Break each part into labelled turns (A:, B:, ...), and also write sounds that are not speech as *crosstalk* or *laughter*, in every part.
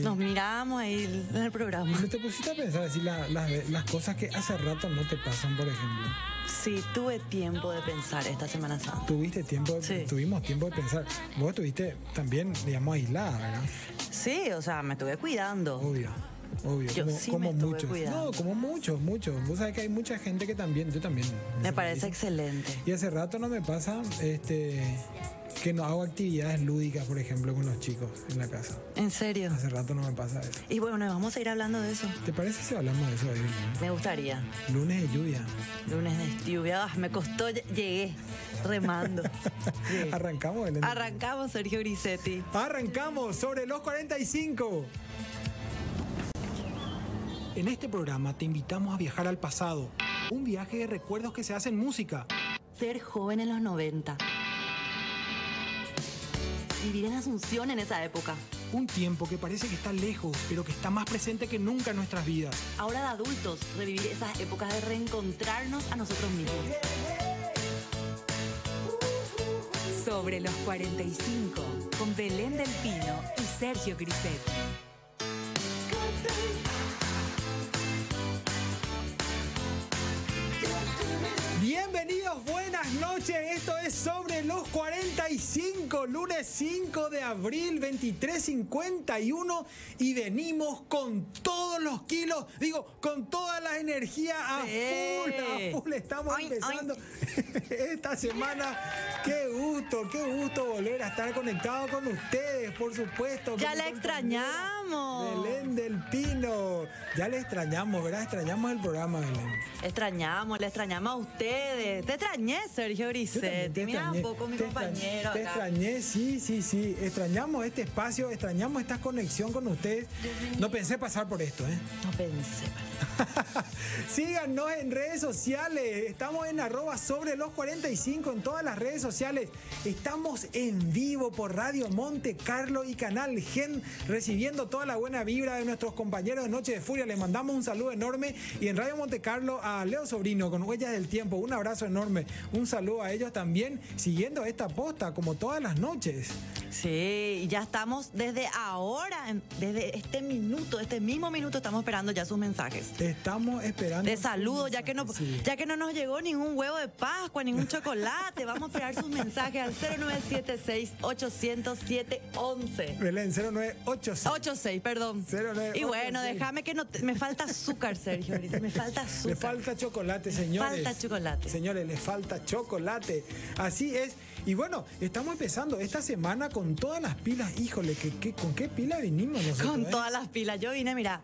A: Nos mirábamos ahí en el programa. *laughs*
B: ¿No te pusiste a pensar así la- las, las cosas que hace rato no te pasan, por ejemplo?
A: Sí, tuve tiempo de pensar esta Semana Santa.
B: Tuviste tiempo, de-
A: Sí.
B: tuvimos tiempo de pensar. Vos estuviste también, digamos, aislada, ¿verdad?
A: Sí, o sea, me estuve cuidando.
B: Obvio, obvio.
A: Yo
B: como
A: sí me
B: como
A: estuve
B: muchos.
A: cuidando.
B: No, como muchos, muchos. Vos sabés que hay mucha gente que también, yo también.
A: Me
B: eso
A: parece
B: dice.
A: excelente.
B: Y hace rato no me pasa este, que no hago actividades lúdicas, por ejemplo, con los chicos en la casa.
A: En serio.
B: Hace rato no me pasa eso.
A: Y bueno, vamos a ir hablando de eso.
B: ¿Te parece si hablamos de eso hoy?
A: Me gustaría.
B: Lunes de lluvia.
A: Lunes de lluvia. Ah, me costó, ll- llegué
B: *laughs*
A: remando. Llegué.
B: Arrancamos, Belén.
A: Arrancamos, Sergio Grisetti.
B: Arrancamos sobre los 45.
C: En este programa te invitamos a viajar al pasado, un viaje de recuerdos que se hace en música.
D: Ser joven en los 90. Vivir en Asunción en esa época.
C: Un tiempo que parece que está lejos, pero que está más presente que nunca en nuestras vidas.
D: Ahora de adultos, revivir esas épocas de reencontrarnos a nosotros mismos.
E: Sobre los 45, con Belén del Pino y Sergio Grisetti.
B: Bienvenidos, buenas noches. Esto es sobre los 45, lunes 5 de abril, 23.51. Y venimos con todos los kilos, digo, con todas las energías a
A: Sí.
B: full, a full. Estamos
A: Ay, ay.
B: empezando *laughs* esta semana. Qué gusto, qué gusto volver a estar conectado con ustedes, por supuesto.
A: Ya
B: con
A: la
B: mi compañera
A: extrañamos.
B: Belén del Pino. Ya le extrañamos, ¿verdad? Extrañamos el programa, Belén.
A: Extrañamos, le extrañamos a ustedes. Te extrañé, Sergio
B: Yo también
A: Grisetti.
B: te
A: Mira un
B: extrañé,
A: poco mi
B: te
A: compañero
B: extrañé, Te
A: acá.
B: extrañé, sí, sí, sí. Extrañamos este espacio, extrañamos esta conexión con ustedes. No pensé pasar por esto, ¿eh?
A: No pensé.
B: *laughs* Síganos en redes sociales. Estamos en arroba sobre los 45 en todas las redes sociales. Estamos en vivo por Radio Monte Carlo y Canal Gen, recibiendo toda la buena vibra de nuestros compañeros de Noche de Furia. Les mandamos un saludo enorme. Y en Radio Monte Carlo a Leo Sobrino con Huellas del Tiempo. Un abrazo enorme. Un saludo a ellos también, siguiendo esta posta como todas las noches.
A: Sí, y ya estamos desde ahora, en- desde este minuto, este mismo minuto estamos esperando ya sus mensajes.
B: Estamos esperando.
A: De saludos, ya que no
B: Ah, Sí.
A: ya que no nos llegó ningún huevo de Pascua, ningún chocolate, vamos a esperar sus mensajes al 0976 807 11.
B: Belén 0986.
A: 86, perdón.
B: 0986.
A: y bueno, déjame que no te- me falta azúcar, Sergio, ahorita, me falta azúcar.
B: *laughs* Le falta chocolate, señores.
A: falta chocolate.
B: Señores, le falta chocolate. Así es. Y bueno, estamos empezando esta semana con todas las pilas. Híjole, ¿qué, qué- con qué pila venimos nosotros?
A: Con
B: eh?
A: todas las pilas. Yo vine, mira.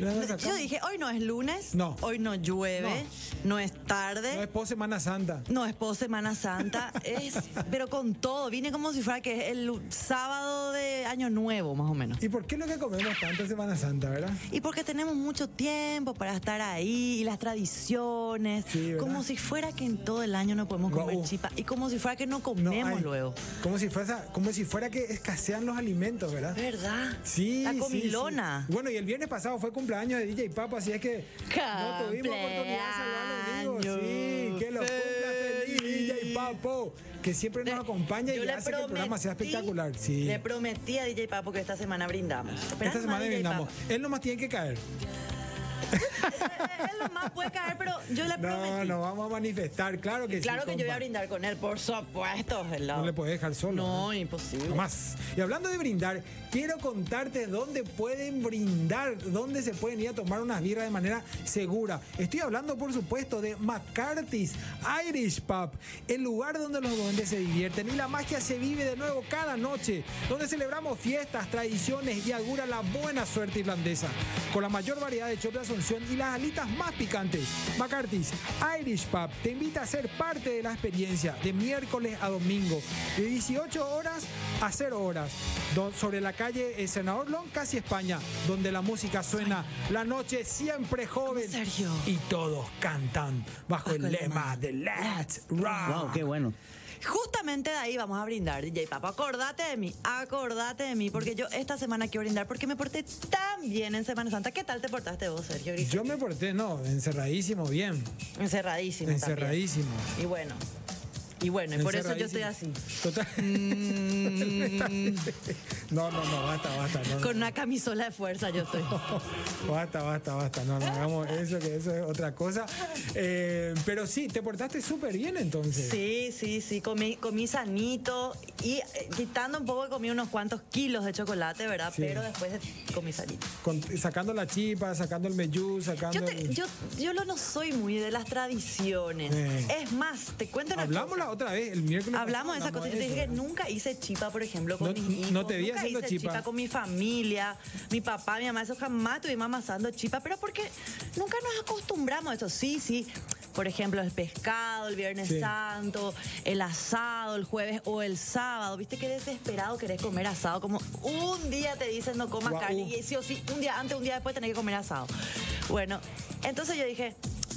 B: La vas a
A: Yo
B: sacar.
A: dije, hoy no es lunes,
B: No.
A: hoy no llueve, no, es tarde.
B: No es post Semana Santa.
A: No es post Semana
B: *laughs*
A: Santa, es, pero con todo. Vine como si fuera que es el lu- sábado de Año Nuevo, más o menos.
B: ¿Y por qué es lo que comemos tanto en Semana Santa, verdad?
A: Y porque tenemos mucho tiempo para estar ahí, y las tradiciones,
B: Sí, ¿verdad?
A: como si fuera que en todo el año no podemos comer
B: Guau.
A: chipa, y como si fuera que no
B: No
A: comemos
B: hay.
A: luego.
B: Como si, fuera, como si fuera que escasean los alimentos, ¿verdad?
A: ¿Verdad?
B: Sí,
A: La
B: sí, sí.
A: comilona.
B: Bueno, y el viernes pasado fue cumpleaños de DJ Papa, así es que no tuvimos oportunidad de saludar a los amigos. Sí, que lo cumpla feliz DJ Papo, que siempre nos acompaña y
A: Yo le
B: hace que el programa sea
A: prometí-
B: espectacular. Sí.
A: Le prometí a DJ Papo que esta semana brindamos. Pero
B: Esta
A: es más
B: semana
A: DJ Papo. Eh,
B: brindamos.
A: *laughs*
B: Él nomás tiene que caer.
A: Él nomás puede caer, pero yo le
B: No,
A: prometí.
B: nos vamos a manifestar, claro que sí.
A: Claro que yo voy a
B: compa.
A: brindar con él, por supuesto. helado.
B: No le puedes dejar solo.
A: No, imposible.
B: Más. Y hablando de brindar, quiero contarte dónde pueden brindar, dónde se pueden ir a tomar unas birras de manera segura. Estoy hablando, por supuesto, de McCarthy's Irish Pub, el lugar donde los duendes se divierten y la magia se vive de nuevo cada noche, donde celebramos fiestas, tradiciones y augura la buena suerte irlandesa, con la mayor variedad de chops de Asunción y las alitas más picantes. McCarthy's Irish Pub te invita a ser parte de la experiencia de miércoles a domingo, de 18 horas a 0 horas, do- sobre la calle eh, Senador Long, casi España, donde la música suena, la noche siempre joven
A: Sergio.
B: y todos cantan bajo, el,
A: el
B: lema de Let's Rock.
F: Wow, qué bueno.
A: Justamente de ahí vamos a brindar, DJ Papo. Acordate de mí, acordate de mí, porque yo esta semana quiero brindar porque me porté tan bien en Semana Santa. ¿Qué tal te portaste vos, Sergio? Grisetti?
B: Yo me porté, no, encerradísimo, bien,
A: Encerradísimo. también.
B: encerradísimo.
A: Y bueno, Y bueno, y por eso yo estoy así. Mm.
B: Total. no, no, no, basta, basta. no, no.
A: Con una camisola de fuerza yo estoy.
B: Basta, basta, basta. No, no hagamos eso, que eso es otra cosa. Eh, pero sí, te portaste súper bien entonces.
A: Sí, sí, sí, comí, comí sanito y eh, quitando un poco comí unos cuantos kilos de chocolate, ¿verdad?
B: Sí.
A: Pero después comí sanito.
B: Con- sacando la chipa, sacando el meyú, sacando.
A: Yo, te-
B: el-
A: yo, yo lo no soy muy de las tradiciones.
B: Eh.
A: Es más, te cuento una
B: Hablamos
A: cosa.
B: la otra vez, el miércoles.
A: Hablamos de esas cosas. Yo te dije que nunca hice chipa, por ejemplo, con
B: No-
A: mis
B: no
A: hijos.
B: te vi
A: nunca
B: haciendo
A: hice
B: chipa.
A: con mi familia, mi papá, mi mamá. Eso jamás estuvimos amasando chipa, pero porque nunca nos acostumbramos a eso. Sí, sí. Por ejemplo, el pescado, el Viernes
B: Sí.
A: Santo, el asado, el jueves o el sábado. ¿Viste qué desesperado querés comer asado? Como un día te dicen no comas
B: Guau.
A: carne y sí o sí, un día antes, un día después tenés que comer asado. Bueno, entonces yo dije,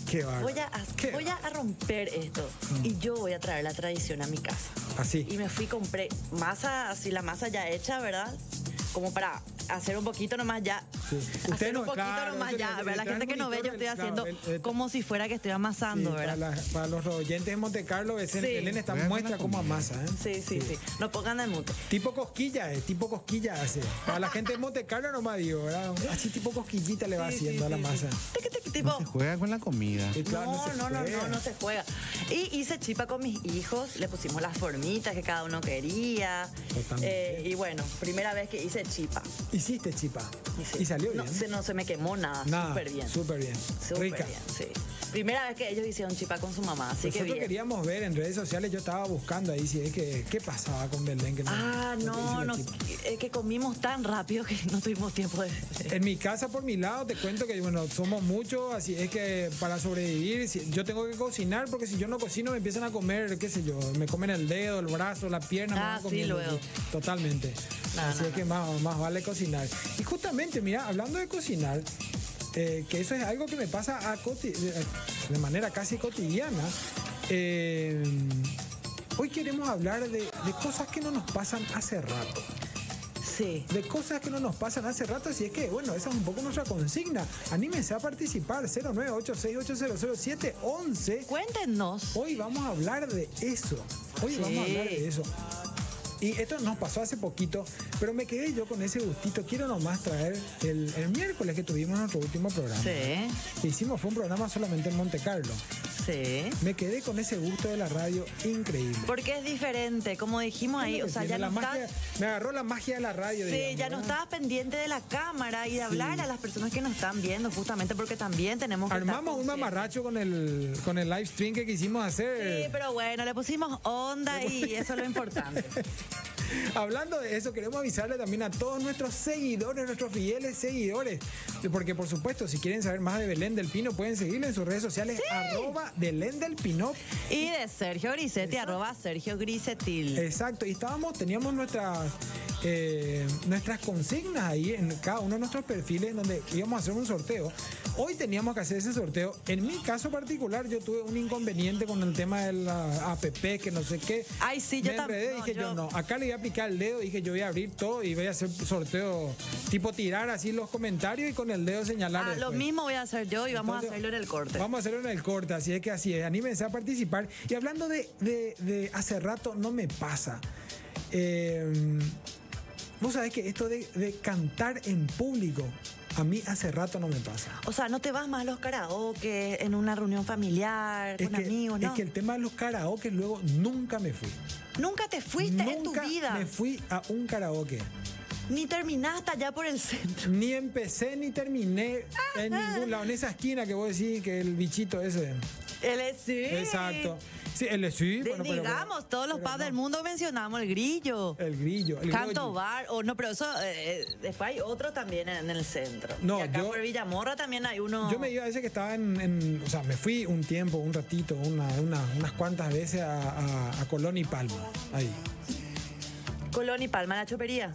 B: Qué bárbaro.
A: voy a,
B: Qué
A: voy a romper esto y yo voy a traer la tradición a mi casa.
B: Así.
A: Y me fui, compré masa, así la masa ya hecha, ¿verdad? Como para hacer un poquito nomás ya.
B: Sí. Usted
A: Hacer
B: no-
A: un poquito
B: claro,
A: nomás
B: eso
A: ya.
B: le- le
A: ¿verdad? La
B: trae
A: gente
B: el
A: que no ve, yo
B: monitor,
A: estoy
B: el- claro,
A: haciendo
B: el- el-
A: como si fuera que estoy
B: Sí,
A: amasando,
B: para,
A: ¿verdad?
B: las- para los oyentes de Monte Carlo, Belén,
A: Sí.
B: Belén está
C: Voy a
B: muestra
C: ver la
B: cómo
C: comida.
B: amasa. ¿eh?
A: Sí, sí, sí, No pongan de mute.
B: Tipo cosquilla, eh, tipo cosquilla hace. Para la gente de Monte Carlo nomás digo, ¿verdad? Así tipo cosquillita le va
A: Sí,
B: haciendo
A: sí,
B: a la
A: sí,
B: masa.
A: Tiqui, tiqui,
C: No
A: tipo,
C: se juega con la comida.
B: Y claro,
A: no,
B: se
A: no, no,
B: juega.
A: no, no se juega. Y hice chipa con mis hijos, le pusimos las formitas que cada uno quería.
B: Totalmente.
A: Eh, y bueno, primera vez que hice chipa.
B: Hiciste chipa.
A: Hice-
B: Y salió
A: no,
B: bien.
A: se- no se me quemó nada,
B: Nada,
A: súper bien.
B: Súper bien.
A: Súper
B: Rica.
A: bien, sí. Primera vez que ellos hicieron chipa con su mamá, así que
B: Nosotros
A: bien.
B: queríamos ver en redes sociales, yo estaba buscando ahí si es que qué pasaba con Belén. Que
A: Ah,
B: te hizo
A: no,
B: la
A: no,
B: chipa.
A: es que comimos tan rápido que no tuvimos tiempo de...
B: En mi casa, por mi lado, te cuento que, bueno, somos muchos, así es que para sobrevivir, si- yo tengo que cocinar, porque si yo no cocino me empiezan a comer, qué sé yo, me comen el dedo, el brazo, la pierna, me
A: Ah,
B: van
A: sí,
B: comiendo,
A: luego.
B: Totalmente.
A: No,
B: así
A: no,
B: es que más, más vale cocinar. Y justamente, mira, hablando de cocinar, eh, que eso es algo que me pasa a coti- de- de manera casi cotidiana, eh, hoy queremos hablar de, de cosas que no nos pasan hace rato
A: Sí.
B: de cosas que no nos pasan hace rato, así es que, bueno, esa es un poco nuestra consigna. Anímense a participar, 0986800711.
A: Cuéntenos.
B: Hoy vamos a hablar de eso. Hoy vamos a
A: Sí.
B: hablar de eso. Y esto nos pasó hace poquito, pero me quedé yo con ese gustito. Quiero nomás traer el, el miércoles que tuvimos nuestro último programa.
A: Sí,
B: Que hicimos fue un programa solamente en Monte Carlo.
A: sí.
B: Me quedé con ese gusto de la radio increíble.
A: Porque es diferente, como dijimos ahí, o sea, ya
B: Tiene la
A: no
B: magia-
A: estás...
B: Me agarró la magia de la radio.
A: Sí,
B: digamos,
A: ya no
B: ¿verdad?
A: estabas pendiente de la cámara y de hablar a las personas que nos están viendo, justamente porque también tenemos que estar
B: Armamos un
A: conscientes.
B: mamarracho con el, con el live stream que quisimos
A: Sí,
B: hacer.
A: pero bueno, le pusimos onda y eso es lo
B: *laughs*
A: importante.
B: Hablando de eso, queremos avisarle también a todos nuestros seguidores, nuestros fieles seguidores. Porque, por supuesto, si quieren saber más de Belén del Pino, pueden seguirle en sus redes sociales, arroba Belén del Pino.
A: Y de Sergio Grisetti, arroba Sergio Grisetil.
B: Exacto. Y estábamos, teníamos nuestras eh, nuestras consignas ahí en cada uno de nuestros perfiles donde íbamos a hacer un sorteo. Hoy teníamos que hacer ese sorteo. En mi caso particular, yo tuve un inconveniente con el tema de la APP, que no sé qué.
A: Ay, sí, yo
B: Me
A: tam-
B: enredé,
A: no,
B: dije yo,
A: yo-
B: no. Acá le voy a aplicar el dedo, dije yo voy a abrir todo y voy a hacer sorteo, tipo tirar así los comentarios y con el dedo señalar.
A: Ah, lo
B: después.
A: mismo voy a hacer yo y vamos
B: pues. Entonces,
A: a hacerlo en el corte.
B: Vamos a hacerlo en el corte, así es que así es. Anímense a participar. Y hablando de, de- de hace rato, no me pasa. Eh, Vos sabés que esto de, de cantar en público, a mí hace rato no me pasa.
A: O sea, no te vas más a los karaoke, en una reunión familiar,
B: Es
A: con
B: que,
A: amigos, ¿no?
B: es que el tema de los karaoke luego nunca me fui.
A: Nunca te fuiste en tu
B: Nunca
A: vida,
B: me fui a un karaoke.
A: ni terminaste allá por el centro.
B: Ni empecé ni terminé en ningún lado, en esa esquina que vos decís que el bichito ese.
A: Él es sí.
B: Exacto. Sí, el sí,
A: Eh. De-
B: bueno, pero-
A: digamos, todos los
B: pero
A: pubs
B: no.
A: del mundo mencionamos el grillo,
B: El grillo. El
A: canto
B: goyi.
A: bar, o no, pero eso, eh, eh, después hay otro también en el centro.
B: No,
A: y acá
B: yo-
A: por Villamorra también hay uno.
B: Yo me iba a veces que estaba en, en- O sea, me fui un tiempo, un ratito, una, una- unas cuantas veces a, a- a Colón y Palma. Ahí.
A: Colón y Palma, la chopería.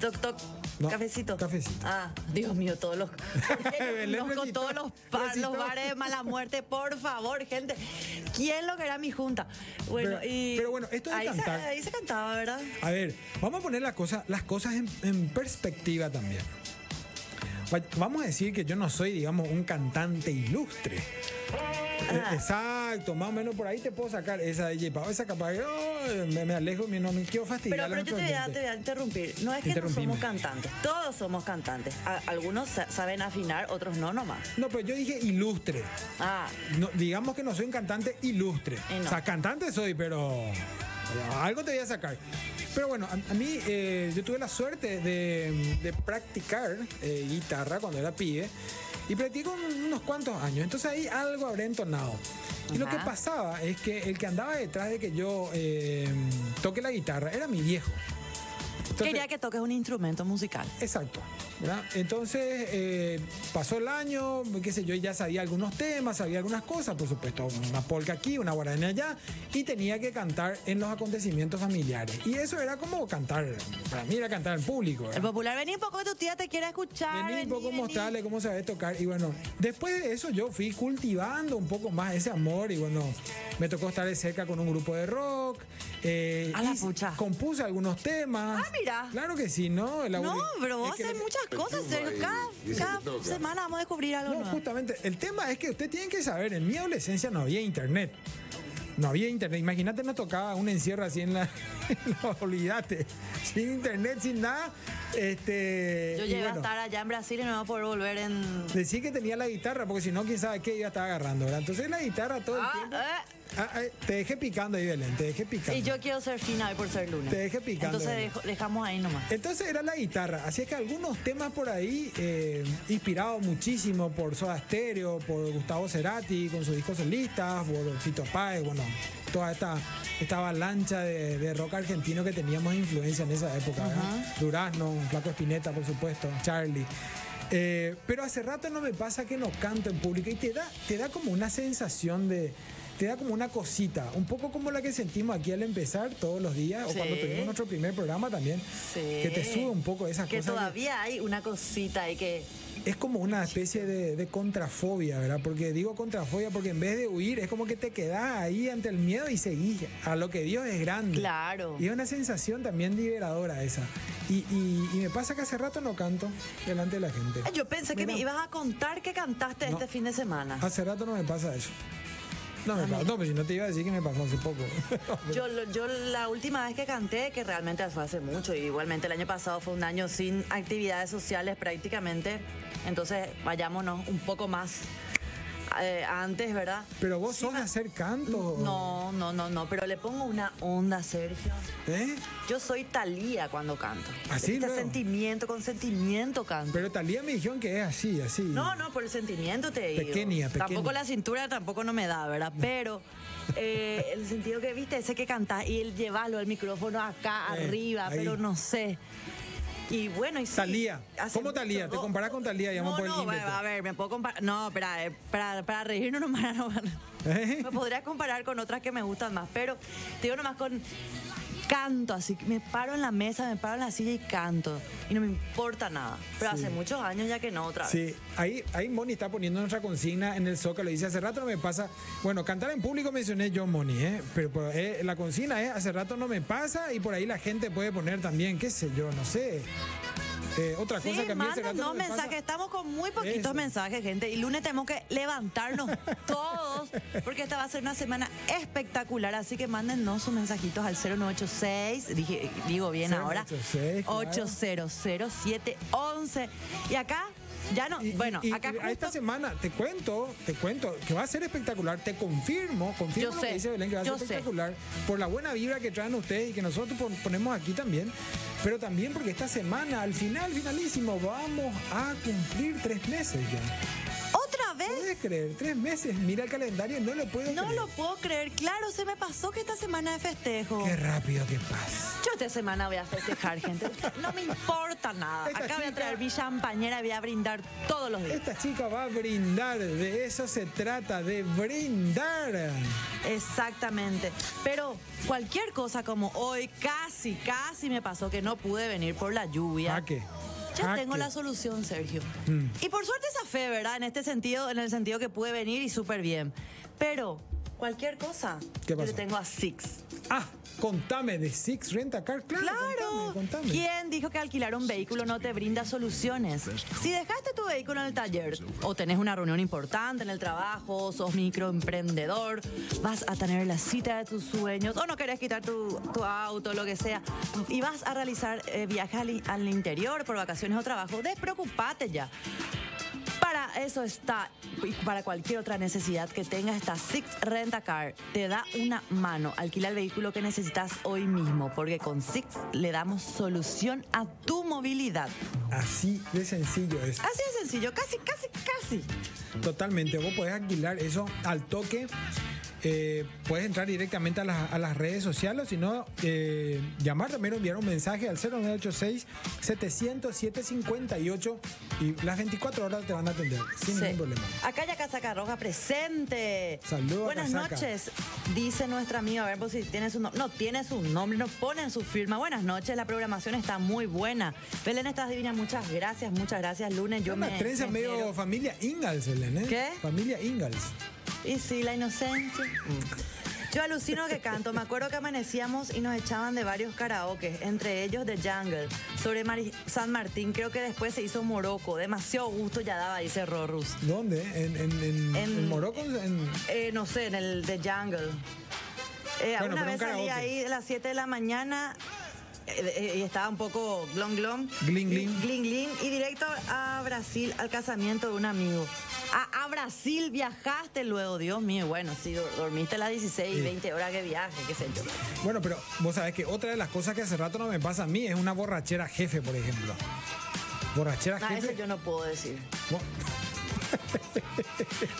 A: Toc, toc.
B: No,
A: cafecito.
B: cafecito.
A: Ah, Dios mío, todos
B: *laughs*
A: los. *laughs*
B: Belén
A: Conozco
B: recitó,
A: todos los, pa-
B: recitó.
A: los bares de mala muerte, por favor, gente. ¿Quién lo que era mi junta? Bueno,
B: Pero-
A: y.
B: pero bueno, esto de
A: ahí
B: cantar-
A: Se, ahí se cantaba, ¿verdad?
B: A ver, vamos a poner la cosa- las cosas en, en perspectiva también. Va- Vamos a decir que yo no soy, digamos, un cantante ilustre. Eh,
A: Ah.
B: Exacto, Exacto, más o menos por ahí te puedo sacar esa de J-Pop. Esa capaz que oh, me, me alejo, me- no me quiero
A: Pero,
B: fastidiar.
A: pero
B: a
A: yo te
B: nuestro
A: voy, a,
B: oyente.
A: te voy a interrumpir. No es que no
B: Interrumpime.
A: somos cantantes. Todos somos cantantes. A- algunos sa- saben afinar, otros no nomás.
B: No, pero yo dije ilustre.
A: Ah,
B: No, digamos que no soy un cantante ilustre.
A: Eh, no.
B: O sea, cantante soy, pero pero algo te voy a sacar. Pero bueno, a, a mí eh, yo tuve la suerte de, de practicar eh, guitarra cuando era pibe y practiqué con unos cuantos años. Entonces ahí algo habré entonado. Y lo que
D: Ajá.
B: pasaba es que el que andaba detrás de que yo eh, toque la guitarra era mi viejo. Entonces-
A: quería que toques un instrumento musical.
B: Exacto. ¿verdad? Entonces eh, pasó el año, qué sé yo, y ya sabía algunos temas, sabía algunas cosas, por supuesto, una polca aquí, una guaraná allá, y tenía que cantar en los acontecimientos familiares. Y eso era como cantar, para mí era cantar en público. ¿verdad?
A: El popular, vení un poco que tu tía te quiere escuchar.
B: Vení un poco
A: vení.
B: mostrarle cómo sabe tocar. Y bueno, después de eso yo fui cultivando un poco más ese amor. Y bueno, me tocó estar de cerca con un grupo de rock. eh,
A: A la
B: y
A: pucha.
B: Compuse algunos temas.
A: Ah, mira.
B: Claro que sí, ¿no? El
A: No,
B: aburri-
A: pero vos
B: es que
A: haces
B: no-
A: muchas cosas, Sergio. Cada,
F: Dice
A: cada
F: que toca.
A: semana vamos a descubrir algo
B: No,
A: nuevo.
B: justamente. El tema es que usted tiene que saber, en mi adolescencia no había internet. No había internet. Imagínate, no tocaba un encierro así en la. *laughs* no, olvídate. Sin internet, sin nada. Este.
A: Yo
B: y
A: llegué
B: bueno,
A: a estar allá en Brasil y no voy a poder volver
B: *laughs*
A: en...
B: Decí que tenía la guitarra, porque si no, quién sabe qué iba a estar agarrando, ¿verdad? Entonces la guitarra todo el tiempo.
A: Ah, eh.
B: Ah, ah, te dejé picando ahí, Belén, te dejé picando.
A: Y yo quiero ser final por ser lunes.
B: Te dejé picando,
A: Entonces
B: Belén.
A: dejo- dejamos ahí nomás.
B: Entonces era la guitarra, así es que algunos temas por ahí, eh, inspirados muchísimo por Soda Stereo, por Gustavo Cerati con sus discos solistas, por Fito Páez, bueno, toda esta, esta avalancha de, de rock argentino que teníamos de influencia en esa época, ¿verdad? Durazno, Flaco Espineta, por supuesto, Charlie. Eh, pero hace rato no me pasa que no canto en público y te da, te da como una sensación de... Te da como una cosita, un poco como la que sentimos aquí al empezar todos los días, o
A: Sí.
B: cuando tuvimos nuestro primer programa también,
A: Sí.
B: que te sube un poco esas
A: Que
B: cosas.
A: todavía hay una cosita ahí que...
B: Es como una especie de, de contrafobia, ¿verdad? Porque digo contrafobia porque en vez de huir es como que te quedás ahí ante el miedo y seguís a lo que Dios es grande.
A: Claro.
B: Y es una sensación también liberadora esa. Y, y- y me pasa que hace rato no canto delante de la gente.
A: Ah, Yo pensé que
B: Mira. Ah,
A: me ibas a contar que cantaste este fin de semana.
B: Hace rato no me pasa eso. No me pasa. No, pero si no te iba a decir que me pasó hace poco.
A: Ah,
B: *laughs*
A: Yo, lo- yo la última vez que canté, que realmente fue hace mucho, y igualmente el año pasado fue un año sin actividades sociales prácticamente, entonces vayámonos un poco más eh, antes, ¿verdad?
B: pero vos
A: Sí
B: sos de
A: me-
B: hacer canto.
A: No, no, no, no, pero le pongo una onda, Sergio.
B: ¿Eh?
A: Yo soy Talía cuando canto.
B: Así
A: Este
B: luego.
A: sentimiento, con sentimiento canto.
B: Pero Talía me dijeron que es así, así.
A: No, no, por el sentimiento te digo.
B: Pequeña, pequeña.
A: Tampoco la cintura tampoco no me da, ¿verdad? Pero eh, el sentido que viste, ese que cantás y el llevarlo al micrófono acá
B: Eh,
A: arriba,
B: ahí.
A: pero no sé. Y bueno, y sí,
B: Talía.
A: hace
B: ¿Cómo
A: mucho-
B: Talía? ¿Te
A: no,
B: comparás con Talía? Digamos,
A: No,
B: por el
A: no,
B: ímpetu.
A: a ver, me puedo comparar. No, para, eh, para, para reírnos *laughs* nomás, no, no.
B: ¿Eh?
A: Me podría comparar con otras que me gustan más, pero te digo nomás con canto, así que me paro en la mesa, me paro en la silla y canto. Y no me importa nada. Pero hace muchos años ya que no otra vez.
B: Sí, ahí, ahí Moni está poniendo nuestra consigna en el Zócalo. Dice, hace rato no me pasa... Bueno, cantar en público mencioné yo, Moni, ¿eh? Pero, pero, eh, la consigna es, hace rato no me pasa y por ahí la gente puede poner también, qué sé yo, no sé. Eh, otra
A: Sí,
B: cosa que a mí hace rato no
A: mándanos
B: me
A: mensajes.
B: pasa.
A: Estamos con muy poquitos
B: Eso.
A: mensajes, gente. Y lunes tenemos que levantarnos
B: *laughs*
A: todos, porque esta va a ser una semana espectacular. Así que mándennos sus mensajitos al 0986, dije- digo bien ahora,
B: 0986, claro.
A: 8000711. Y acá, ya no,
B: Y-
A: bueno,
B: y- y
A: acá
B: a
A: justo-
B: esta semana te cuento, te cuento que va a ser espectacular, te confirmo, confirmo
A: Yo
B: lo
A: sé,
B: que dice Belén, que va a
A: yo
B: ser
A: sé.
B: espectacular por la buena vibra que traen ustedes y que nosotros pon- ponemos aquí también, pero también porque esta semana, al final, finalísimo, vamos a cumplir tres meses ya.
A: otra vez.
B: ¿Puedes creer? Tres meses. Mira el calendario, no lo puedo
A: No
B: creer.
A: lo puedo creer. Claro, se me pasó que esta semana de festejo.
B: Qué rápido que pasa.
A: Yo esta semana voy a festejar, gente. No me importa nada.
B: Esta
A: Acá voy a
B: chica-
A: traer mi champañera y voy a brindar todos los días.
B: Esta chica va a brindar, de eso se trata, de brindar.
A: Exactamente. Pero cualquier cosa como hoy, casi, casi me pasó que no pude venir por la lluvia.
B: Jaque.
A: Yo
B: jaque.
A: tengo la solución, Sergio.
B: Mm.
A: Y por suerte esa fe, ¿verdad? En este sentido, en el sentido que pude venir y súper bien. Pero cualquier cosa.
B: ¿Qué pasó?
A: Yo le tengo a Six.
B: Ah, contame de Six Renta Car. Claro,
A: Claro.
B: contame, contame.
A: ¿Quién dijo que alquilar un vehículo no te brinda soluciones? Si dejaste tu vehículo en el taller o tenés una reunión importante en el trabajo, sos microemprendedor, vas a tener la cita de tus sueños o no querés quitar tu, tu auto, lo que sea, y vas a realizar eh, viajes al, al interior por vacaciones o trabajo, despreocupate ya. Para eso está, y para cualquier otra necesidad que tengas, está Six Rentacar. Te da una mano. Alquila el vehículo que necesitas hoy mismo, porque con Six le damos solución a tu movilidad.
B: Así de sencillo es.
A: Así de sencillo, casi, casi, casi.
B: Totalmente, vos podés alquilar eso al toque. Eh, puedes entrar directamente a, las- a las redes sociales, o si no, eh, llamar también o enviar un mensaje al 0986-700-758 y las 24 horas te van a atender sin
A: Sí.
B: ningún problema.
A: Acá ya Casaca Roja presente.
B: Saludos,
A: Buenas
B: Casaca.
A: noches, dice nuestra amiga. A ver, pues si tiene su nombre. No, tiene su nombre, no ponen su firma. Buenas noches, la programación está muy buena. Belén, estás divina. Muchas gracias, muchas gracias. Lunes, yo
B: Una
A: me.
B: trenza
A: me
B: medio
A: entero.
B: familia Ingalls, Belén, ¿eh?
A: ¿Qué?
B: Familia Ingalls.
A: Y sí, la inocencia. Yo alucino que canto. Me acuerdo que amanecíamos y nos echaban de varios karaoke, entre ellos de Jungle, sobre Mari- San Martín. Creo que después se hizo Morocco. Demasiado gusto ya daba, dice Rorrus.
B: ¿Dónde? ¿En, en, en,
A: En-
B: en Morocco? En-
A: Eh, no sé, en el de Jungle. Eh, una
B: Bueno, pero un
A: vez salí
B: karaoke.
A: ahí a las 7 de la mañana eh, eh, y estaba un poco glon glon.
B: Glin, glin.
A: Glin glin. Y directo a Brasil, al casamiento de un amigo. A, a Brasil viajaste luego, Dios mío. Bueno, sí, dor- dormiste las 16 y 20 horas que viaje, qué sé yo.
B: Bueno, pero vos sabés que otra de las cosas que hace rato no me pasa a mí es una borrachera jefe, por ejemplo. Borrachera
A: Nada, Ah, eso
B: jefe.
A: yo no puedo decir.
B: *laughs* Bueno,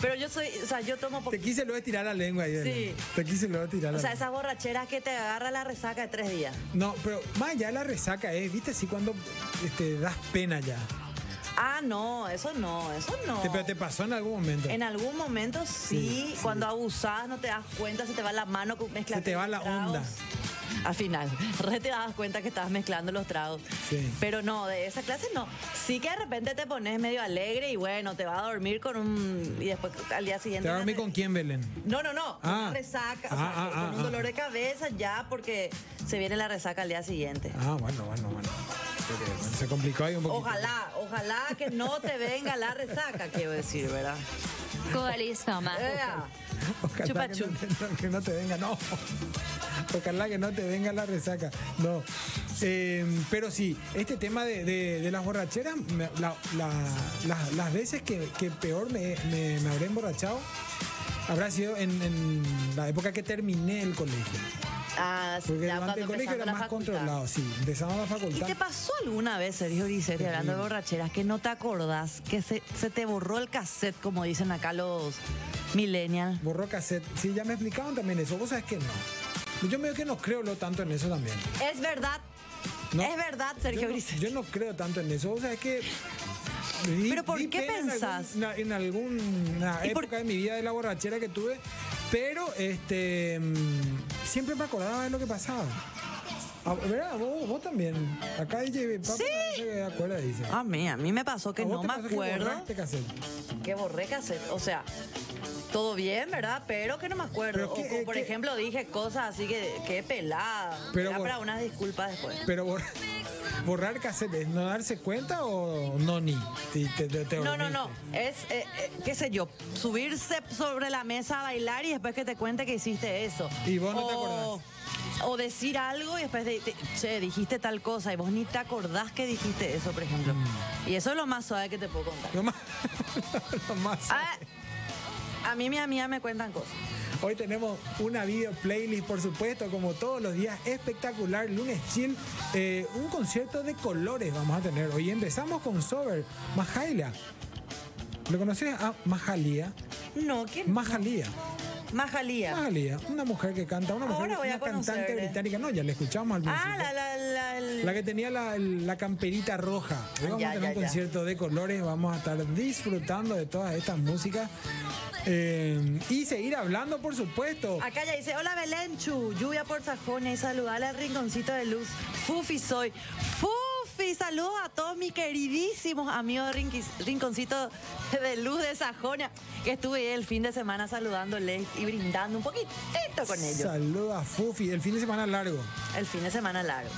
A: Pero yo soy, o sea, yo tomo
B: Te
A: poquito.
B: quise luego tirar la lengua ahí. Belén. Te quise luego tirar la
A: O sea,
B: lengua.
A: esas borracheras que te agarra la resaca de tres días.
B: No, pero más allá de la resaca es, viste, así cuando este, das pena ya.
A: Ah, no, eso no, eso no.
B: Te- pero te pasó en algún momento.
A: En algún momento sí, cuando abusás no te das cuenta, se te va la mano, con- mezclas.
B: Se te va
A: los
B: la
A: tragos.
B: onda.
A: Al final, *laughs* re te das cuenta que estabas mezclando los tragos.
B: Sí.
A: Pero no, de esa clase no. Sí que de repente te pones medio alegre y bueno, te vas a dormir con un... Y después al día siguiente...
B: ¿Te vas a dormir
A: una-
B: con quién, Belén?
A: No, no, no.
B: Ah.
A: Una resaca, o
B: Ah,
A: sea,
B: ah, ah,
A: con
B: ah.
A: un dolor de cabeza ya porque se viene la resaca al día siguiente.
B: Ah, bueno, bueno, bueno. Se complicó ahí un poquito.
A: Ojalá, ojalá que no te venga la resaca, quiero decir, ¿verdad?
F: Coalizoma.
A: Ea.
B: Ojalá que no,
A: Chupa
B: te, que no te venga, no. Ojalá que no te venga la resaca. No. Eh, pero sí, este tema de, de- de las borracheras, me- la- la- la- las veces que, que peor me, me- me habré emborrachado, habrá sido en, en la época que terminé el colegio.
A: Ah, sí,
B: Porque
A: ya
B: durante el
A: cuando
B: colegio
A: empezando
B: era
A: la
B: más
A: facultad.
B: controlado, sí. Empezamos la
A: ¿Y
B: facultad.
A: te pasó alguna vez, Sergio Grisetti, hablando de borracheras, que no te acordás, que se, se te borró el cassette, como dicen acá los millennials?
B: Borró cassette. Sí, ya me explicaban también eso. Vos sabés que no. Yo medio que no creo lo tanto en eso también.
A: Es verdad,
B: No.
A: es verdad,
B: yo
A: Sergio
B: no,
A: Grisetti.
B: yo no creo tanto en eso. O sea, es que. di-
A: Pero ¿por
B: di
A: qué
B: pena en
A: pensás?
B: alguna- En, alguna
A: ¿Y por-
B: época de mi vida de la borrachera que tuve. Pero este mm, siempre me acordaba de lo que pasaba. A- ¿Verdad? Vos, vos también. Acá DJ Papa
A: Sí.
B: no se acuerda, dice.
A: A mí, Ah, a mí me pasó que
B: ¿A vos
A: no
B: te
A: me
B: pasó que
A: acuerdo
B: borraste cassette?
A: que borré cassette. O sea, todo bien, ¿verdad? Pero que no me acuerdo.
B: Pero
A: O
B: que-
A: como,
B: eh,
A: por
B: que-
A: ejemplo, dije cosas así que, que pelada.
B: Pero
A: Era
B: bor-
A: para unas disculpas después.
B: Pero bor- borrar cassette, ¿es no darse cuenta o no ni? Te- te- te- te
A: No, no, no.
B: dormiste.
A: Es, eh, eh, qué sé yo, subirse sobre la mesa a bailar y después que te cuente que hiciste eso.
B: Y vos no te
A: o, o decir algo y después de, de- che, dijiste tal cosa y vos ni te acordás que dijiste eso, por ejemplo.
B: Mm.
A: Y eso es lo más suave que te puedo
B: *laughs*
A: contar.
B: Lo más- lo más-
A: Ah, a mí mi amiga me cuentan cosas.
B: Hoy tenemos una video playlist, por supuesto, como todos los días, espectacular. Lunes chill, eh, un concierto de colores vamos a tener hoy. Empezamos con Sober, Majaila. ¿Lo conoces? Ah, Majalía.
A: No, ¿quién?
B: Majalía.
A: Majalía.
B: Majalía. Una mujer que canta, una, mujer,
A: Ahora voy a
B: una cantante
A: conocerle.
B: británica. No, ya la escuchamos al principio.
A: Ah, la, la, la, el-
B: La que tenía la, la camperita roja. Hoy vamos
A: Ah, Ya,
B: a tener
A: ya,
B: un
A: ya.
B: concierto de colores, vamos a estar disfrutando de todas estas músicas. Eh, y seguir hablando, por supuesto.
A: Acá ya dice, hola Belenchu, lluvia por Sajonia y saludar al rinconcito de luz. Fufi soy. ¡Fufi! Sofi, saludos a todos mis queridísimos amigos rinquis- Rinconcito de Luz de Sajonia, que estuve el fin de semana saludándoles y brindando un poquitito con ellos.
B: Saluda a Fufi. El fin de semana largo.
A: El fin de semana largo.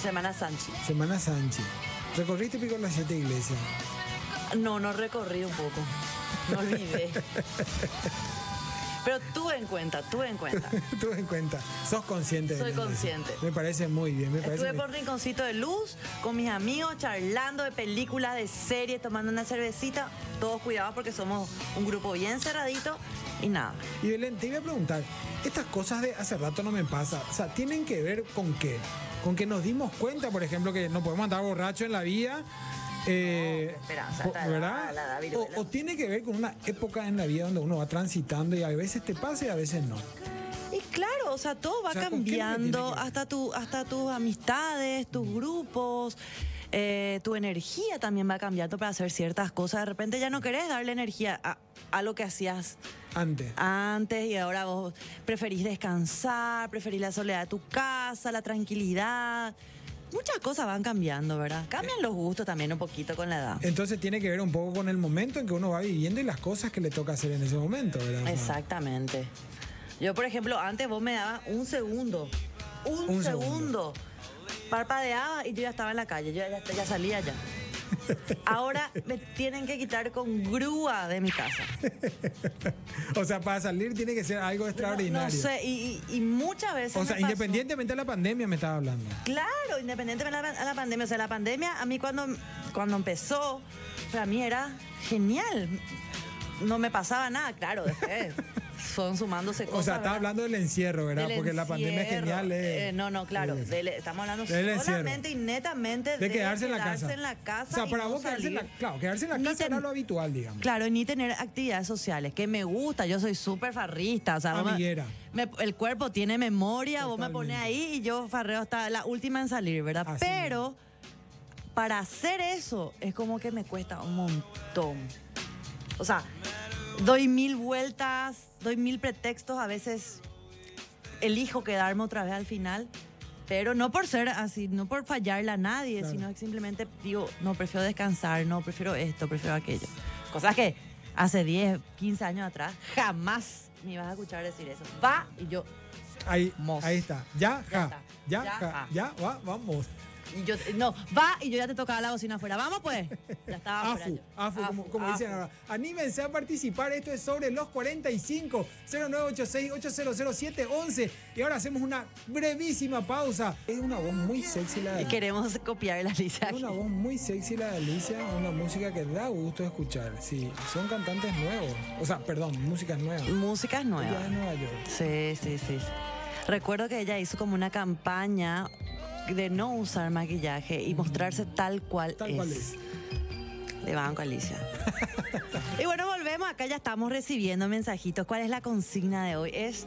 A: Semana Sanchi.
B: Semana Sánchez. Recorriste pico las siete iglesias. *laughs*
A: No, no recorrí un poco. No olvidé. Pero tuve en cuenta, tuve en cuenta.
B: Tuve en cuenta. Sos consciente. de
A: Soy
B: la iglesia.
A: consciente.
B: Me parece muy bien. Me parece
A: Estuve
B: muy-
A: por Rinconcito de Luz con mis amigos charlando de películas, de series, tomando una cervecita. Todos cuidados porque somos un grupo bien cerradito y nada.
B: Y Belén, te iba a preguntar, estas cosas de hace rato no me pasa, o sea, ¿tienen que ver con qué? Con que nos dimos cuenta, por ejemplo, que no podemos andar borracho en la vida. eh,
A: No, esperanza,
B: po-
A: esta edad,
B: ¿verdad?
A: la edad
B: o,
A: viruela.
B: o tiene que ver con una época en la vida donde uno va transitando y a veces te pasa y a veces no.
A: Y claro, o sea, todo va
B: O sea, ¿con qué es lo que tiene
A: cambiando,
B: que ver? Mm.
A: hasta, tu, hasta tus amistades, tus grupos, eh, tu energía también va cambiando para hacer ciertas cosas. De repente ya no querés darle energía a, a lo que hacías
B: Antes.
A: antes y ahora vos preferís descansar, preferís la soledad de tu casa, la tranquilidad. Muchas cosas van cambiando, ¿verdad? Cambian los gustos también un poquito con la edad.
B: Entonces tiene que ver un poco con el momento en que uno va viviendo y las cosas que le toca hacer en ese momento, ¿verdad? O sea,
A: Exactamente. Yo, por ejemplo, antes vos me dabas un segundo. Un,
B: Un segundo.
A: segundo. Parpadeaba y yo ya estaba en la calle. Yo ya, ya salía
B: *laughs*
A: ya. Ahora me tienen que quitar con grúa de mi casa.
B: O sea, para salir tiene que ser algo
A: No,
B: extraordinario.
A: no sé, y, y- y muchas veces.
B: O
A: me
B: sea,
A: pasó-
B: independientemente de la pandemia me estaba hablando.
A: Claro, independientemente de la, a la pandemia. O sea, la pandemia a mí cuando, cuando empezó, para mí era genial. No me pasaba nada, claro,
B: *laughs*
A: después. Son sumándose cosas.
B: O sea, estaba
A: ¿verdad?
B: hablando del encierro, ¿verdad?
A: Del
B: Porque la pandemia es
A: encierro.
B: genial. eh.
A: Eh, no, no, claro.
B: Eh,
A: del- estamos hablando
B: Del encierro.
A: solamente y netamente de,
B: de quedarse, en la casa.
A: en la casa
B: O sea,
A: y
B: para
A: no
B: vos quedarse en la,
A: salir.
B: claro, quedarse en la
A: Ni
B: casa era
A: ten-
B: lo habitual, digamos.
A: Claro, y ni tener actividades sociales, que me gusta, yo soy súper farrista, o sea, vos me-
B: Amiguera.
A: me- el cuerpo tiene memoria, vos me pones
B: Totalmente.
A: ahí y yo farreo hasta la última en salir, ¿verdad?
B: Así
A: Pero para hacer eso es como que me cuesta un montón. O sea, doy mil vueltas, doy mil pretextos, a veces elijo quedarme otra vez al final. Pero no por ser así, no por fallarle a nadie,
B: Claro.
A: sino que simplemente digo, no, prefiero descansar, no, prefiero esto, prefiero aquello. Cosas que hace 10, 15 años atrás jamás me ibas a escuchar decir eso. Va y yo,
B: Ahí,
A: Mos.
B: ahí está. Ya,
A: Ya
B: ja.
A: está.
B: Ya,
A: Ya,
B: ja.
A: ja.
B: Ya, va, vamos.
A: y yo, no, va y yo ya te tocaba la bocina afuera. Vamos pues. Ya estaba afuera
B: AFU,
A: yo.
B: AFU, como, como dicen
A: afu.
B: ahora. Anímense a participar, esto es sobre los 45 0986 800 Y ahora hacemos una brevísima pausa. Es una voz muy sexy la
A: Y
B: de
A: queremos copiar la lista.
B: Es una voz muy sexy la de Alicia, una música que da gusto escuchar. Sí, son cantantes nuevos. O sea, perdón, músicas nuevas.
A: Músicas
B: Ya
A: nuevas.
B: de Nueva York.
A: Sí, sí, sí. Recuerdo que ella hizo como una campaña de no usar maquillaje y mostrarse tal cual
B: Mm. Tal
A: es.
B: cual es.
A: De Banco
B: *laughs*
A: Alicia. y bueno, volvemos. Acá ya estamos recibiendo mensajitos. ¿Cuál es la consigna de hoy? Es,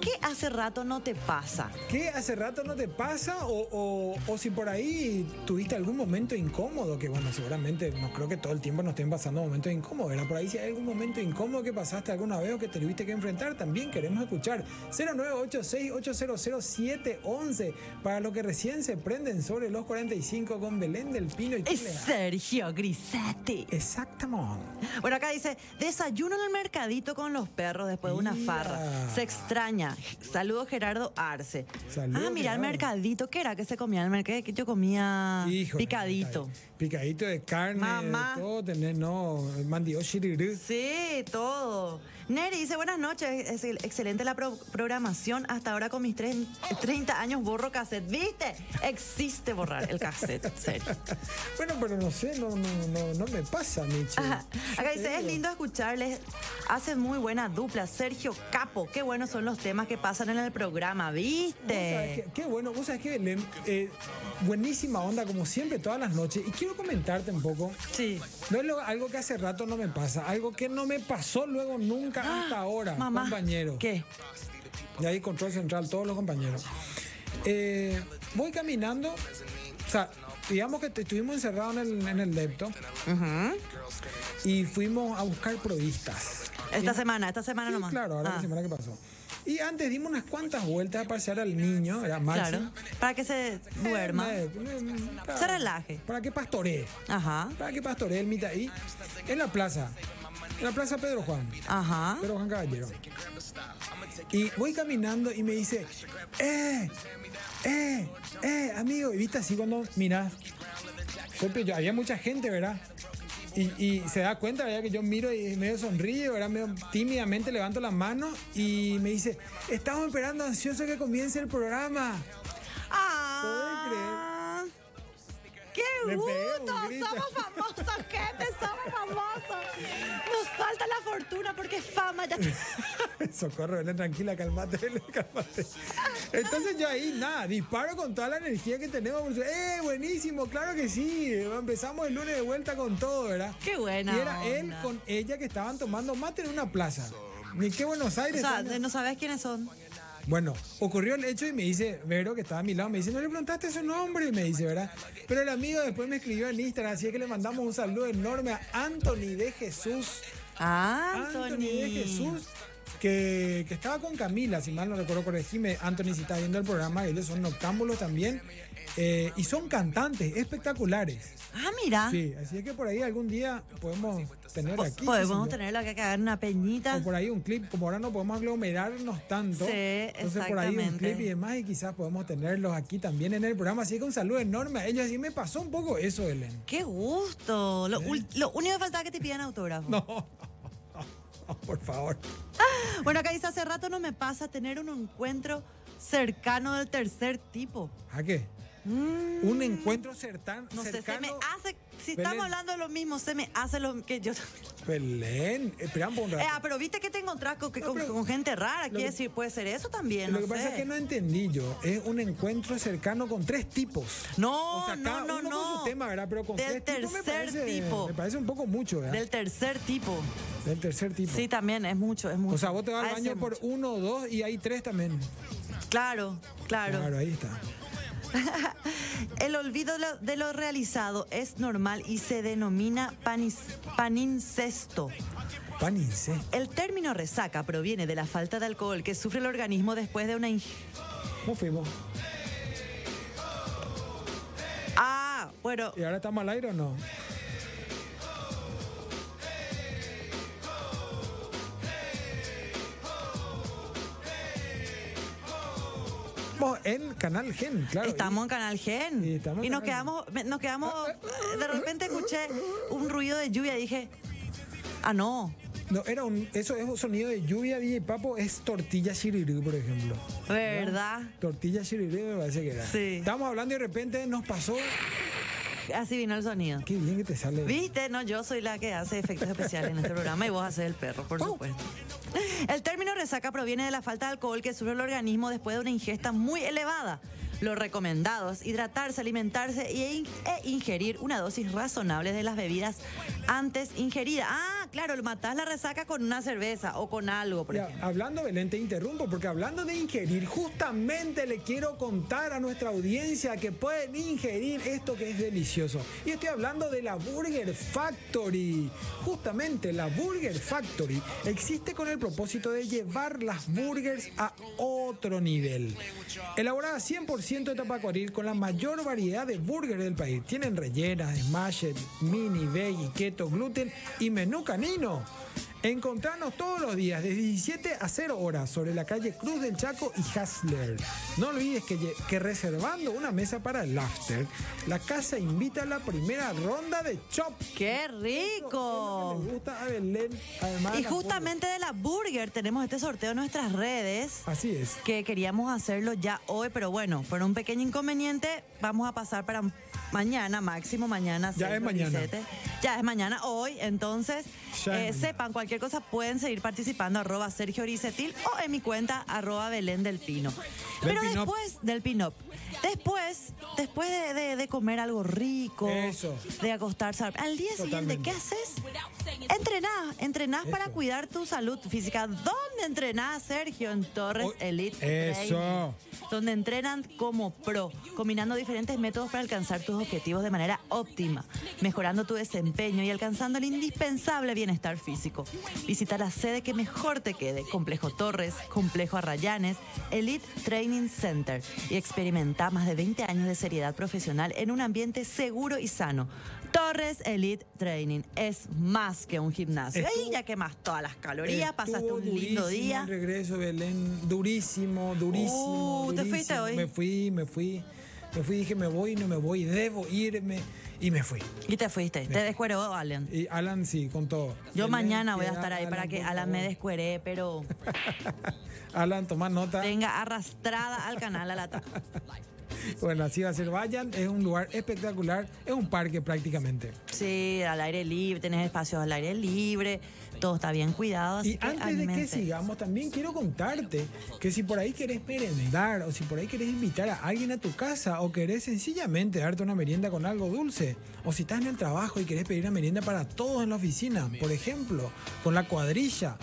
A: ¿qué hace rato no te pasa?
B: ¿Qué hace rato no te pasa? O, o- o si por ahí tuviste algún momento incómodo, que bueno, seguramente no creo que todo el tiempo nos estén pasando momentos incómodos. Era por ahí si hay algún momento incómodo que pasaste alguna vez o que te tuviste que enfrentar, también queremos escuchar. 0986-800-711 para lo que recién se prenden sobre los 45 con Belén del Pino y
A: Es
B: Chile.
A: Sergio Grisati.
B: Exactamente.
A: Bueno, acá dice, desayuno en el mercadito con los perros después de una
B: Mira.
A: farra. Se extraña. Saludos Gerardo Arce.
B: Saludos,
A: ah, mira el
B: Gerardo.
A: mercadito. ¿Qué era que se comía en el mercado? Que yo comía
B: Híjole,
A: Ah, picadito.
B: Picadito de carne,
A: Mamá.
B: de todo, tener, no, mandio shirigri.
A: Sí, todo. Neri dice, buenas noches, es el- excelente la pro- programación. Hasta ahora con mis tres- 30 años borro cassette. ¿Viste? Existe borrar el cassette, en serio.
B: Bueno, pero no sé, no, no, no, no me pasa, Michi.
A: Ajá. Acá dice, es lindo escucharles. Hacen muy buena dupla. Sergio Capo, qué buenos son los temas que pasan en el programa, ¿viste?
B: Qué, bueno, vos sabés que Belén, eh, buenísima onda, como siempre, todas las noches. Y quiero comentarte un poco.
A: Sí.
B: No es lo- algo que hace rato no me pasa, algo que no me pasó luego nunca hasta ahora,
A: ¡Ah! Mamá.
B: compañero.
A: ¿Qué?
B: Y ahí control central, todos los compañeros. Eh, voy caminando, o sea, digamos que te- estuvimos encerrados en el, en el depto y fuimos a buscar provistas.
A: Esta semana, esta semana
B: Sí,
A: nomás.
B: claro, ahora
A: Ah.
B: la semana que pasó. Y antes dimos unas cuantas vueltas a pasear al niño, era Maxi.
A: Claro. Para que se duerma.
B: Eh, eh, para-
A: Se relaje.
B: Para que pastoree.
A: Ajá.
B: Para que pastoree el mitad ahí. En la plaza. En la plaza Pedro Juan.
A: Ajá.
B: Pedro Juan Caballero. Y voy caminando y me dice, eh, eh, eh, amigo. Y viste así cuando mirás. Yo, pe- yo- había mucha gente, ¿verdad? Y, y se da cuenta, ¿verdad? Que yo miro y medio sonrío, ¿verdad? Medio tímidamente levanto la mano y me dice, estamos esperando ansioso que comience el programa.
A: Ah. ¡Qué
B: Le
A: gusto!
B: pegué un grito.
A: Somos famosos, gente, somos famosos. Nos falta la fortuna porque fama
B: *laughs*
A: ya.
B: Socorro, Belén, tranquila, calmate, Belén, *laughs* calmate. Entonces yo ahí, nada, disparo con toda la energía que tenemos. porque, ¡Eh, buenísimo! Claro que sí. Empezamos el lunes de vuelta con todo, ¿verdad?
A: Qué buena
B: Y era
A: onda.
B: él con ella que estaban tomando mate en una plaza. Ni qué Buenos
A: O
B: Aires.
A: sea,
B: están-
A: no sabes quiénes son.
B: Bueno, ocurrió el hecho y me dice, Vero, que estaba a mi lado, me dice, no le preguntaste su nombre, me dice, ¿verdad? Pero el amigo después me escribió en Instagram, así es que le mandamos un saludo enorme a Anthony de Jesús.
A: Ah, Anthony.
B: Anthony de Jesús, que, que estaba con Camila, si mal no recuerdo, corregime, Anthony, si está viendo el programa, ellos son noctámbulos también, eh, y son cantantes espectaculares.
A: Ah, mira.
B: Sí, así es que por ahí algún día podemos tener
A: Po-
B: aquí.
A: Podemos
B: qué sé yo.
A: tenerlo acá que hagan una peñita.
B: O por ahí un clip, como ahora no podemos aglomerarnos tanto.
A: Sí,
B: Entonces por ahí un
A: exactamente.
B: clip y demás, y quizás podemos tenerlos aquí también en el programa. Así que un saludo enorme a ellos. Y me pasó un poco eso, *laughs* Helen.
A: ¡Qué gusto! Lo, ul- lo único que faltaba que te pidan autógrafo.
B: No, Oh, por favor.
A: Bueno, acá dice, hace rato no me pasa tener un encuentro cercano del tercer tipo.
B: ¿A qué?
A: Mm,
B: Un encuentro certan-
A: no sé, se
B: cercano.
A: me Ah, hace, si
B: Belén.
A: estamos hablando de lo mismo, se me hace lo que yo...
B: Belén, esperamos un rato.
A: Eh, ah, pero viste que te encontrás con, que-
B: No,
A: con-
B: pero-
A: con gente rara,
B: que-
A: quiere decir, puede ser eso también,
B: Lo
A: no
B: que pasa
A: sé.
B: es que no entendí yo. Es un encuentro cercano con tres tipos.
A: No,
B: o sea,
A: no,
B: cada
A: no,
B: uno
A: no.
B: con su tema, ¿verdad? Pero con
A: Del
B: tres tipos me
A: tercer
B: parece-
A: tipo.
B: Me parece un poco mucho, ¿verdad?
A: Del tercer tipo.
B: Del, tercer tipo.
A: Sí, también, es mucho, es mucho.
B: o sea, vos te vas al
A: Ha de ser
B: baño por
A: mucho.
B: uno o dos y hay tres también.
A: Claro, claro.
B: Claro, ahí está.
A: El olvido de lo, de lo realizado es normal y se denomina panis- panincesto.
B: Pan incé.
A: El término resaca proviene de la falta de alcohol que sufre el organismo después de una ing-
B: No fuimos.
A: Ah, bueno,
B: ¿Y ahora estamos al aire o no? Estamos En Canal Gen, claro.
A: estamos en Canal Gen.
B: Sí,
A: Y,
B: estamos en
A: nos
B: Canal
A: quedamos, me- nos quedamos, de repente escuché un ruido de lluvia y dije, ah, no,
B: No, era un, eso es un sonido de lluvia, DJ Papo, es tortilla shiriri, por ejemplo.
A: ¿verdad?
B: Tortilla shiriri me parece que era.
A: Sí.
B: Estábamos hablando y de repente nos pasó.
A: Así vino el sonido.
B: Qué bien que te sale.
A: Viste, no, yo soy la que hace efectos especiales en este programa y vos haces el perro,
B: Uh.
A: por supuesto. El término resaca proviene de la falta de alcohol que sufre el organismo después de una ingesta muy elevada. Lo recomendado es hidratarse, alimentarse e, in- e ingerir una dosis razonable de las bebidas antes ingeridas. Ah, claro, matás la resaca con una cerveza o con algo, por
B: Ya,
A: ejemplo.
B: hablando, Belén, te interrumpo, porque hablando de ingerir, justamente le quiero contar a nuestra audiencia que pueden ingerir esto que es delicioso. Y estoy hablando de la Burger Factory. Justamente, la Burger Factory existe con el propósito de llevar las burgers a otro nivel. Elaborada 100% de tapacuarí con la mayor variedad de burgers del país. Tienen rellenas, smashed, mini, veggie, keto, gluten y menú canino. Encontrarnos todos los días de 17 a 0 horas sobre la calle Cruz del Chaco y Hasler. No olvides que, lle- que reservando una mesa para el after, la casa invita a la primera ronda de chop.
A: ¡Qué
B: Eso es lo
A: rico!
B: que le gusta a Belén, además.
A: Y
B: la
A: justamente de la burger tenemos este sorteo en nuestras redes.
B: foto. Así es.
A: que queríamos hacerlo ya hoy, pero bueno, por un pequeño inconveniente vamos a pasar para mañana, máximo mañana.
B: Ya
A: 6
B: es mañana.
A: 17. Ya es mañana, hoy, entonces
B: Ya es
A: eh,
B: mañana.
A: sepan, cualquier cosa pueden seguir participando arroba Sergio Oricetil o en mi cuenta arroba Belén del Pino. Pero
B: Pin Up.
A: después del pin-up, después, después de, de- de comer algo rico,
B: Eso.
A: de acostarse, al- al día siguiente,
B: Totalmente.
A: ¿qué haces? Entrenás, entrenás para cuidar tu salud física. ¿Dónde entrenás, Sergio? En Torres
B: Uy,
A: Elite
B: eso.
A: Training, donde entrenan como pro, combinando diferentes métodos para alcanzar tus objetivos de manera óptima, mejorando tu desempeño y alcanzando el indispensable bienestar físico. Visita la sede que mejor te quede, Complejo Torres, Complejo Arrayanes, Elite Training Center, y experimenta más de 20 años de seriedad profesional en un ambiente seguro y sano. Torres Elite Training es más que un gimnasio.
B: Estuvo-
A: Ahí ya quemas todas las calorías, pasaste
B: Estuvo
A: un lindo
B: durísimo
A: día.
B: el regreso, Belén. Durísimo, durísimo.
A: Uh, ¿te
B: durísimo.
A: fuiste hoy?
B: Me fui, me fui. Me fui, dije, me voy, no me voy, debo irme. Y me fui.
A: Y te fuiste, te descueró Alan.
B: Y Alan, sí, con todo.
A: Yo
B: Belén,
A: mañana voy a
B: queda
A: estar ahí para que
B: por
A: Alan me
B: favor.
A: descuere,
B: *laughs*
A: pero
B: Alan, toma nota.
A: tenga arrastrada al canal a la ta-
B: Bueno, así va a ser. Vayan, es un lugar espectacular. Es un parque prácticamente.
A: Sí, al aire libre, tenés espacios al aire libre, todo está bien cuidado. Así
B: Y antes de que
A: anímense.
B: sigamos, también quiero contarte que si por ahí querés merendar o si por ahí querés invitar a alguien a tu casa o querés sencillamente darte una merienda con algo dulce o si estás en el trabajo y querés pedir una merienda para todos en la oficina, por ejemplo, con la cuadrilla,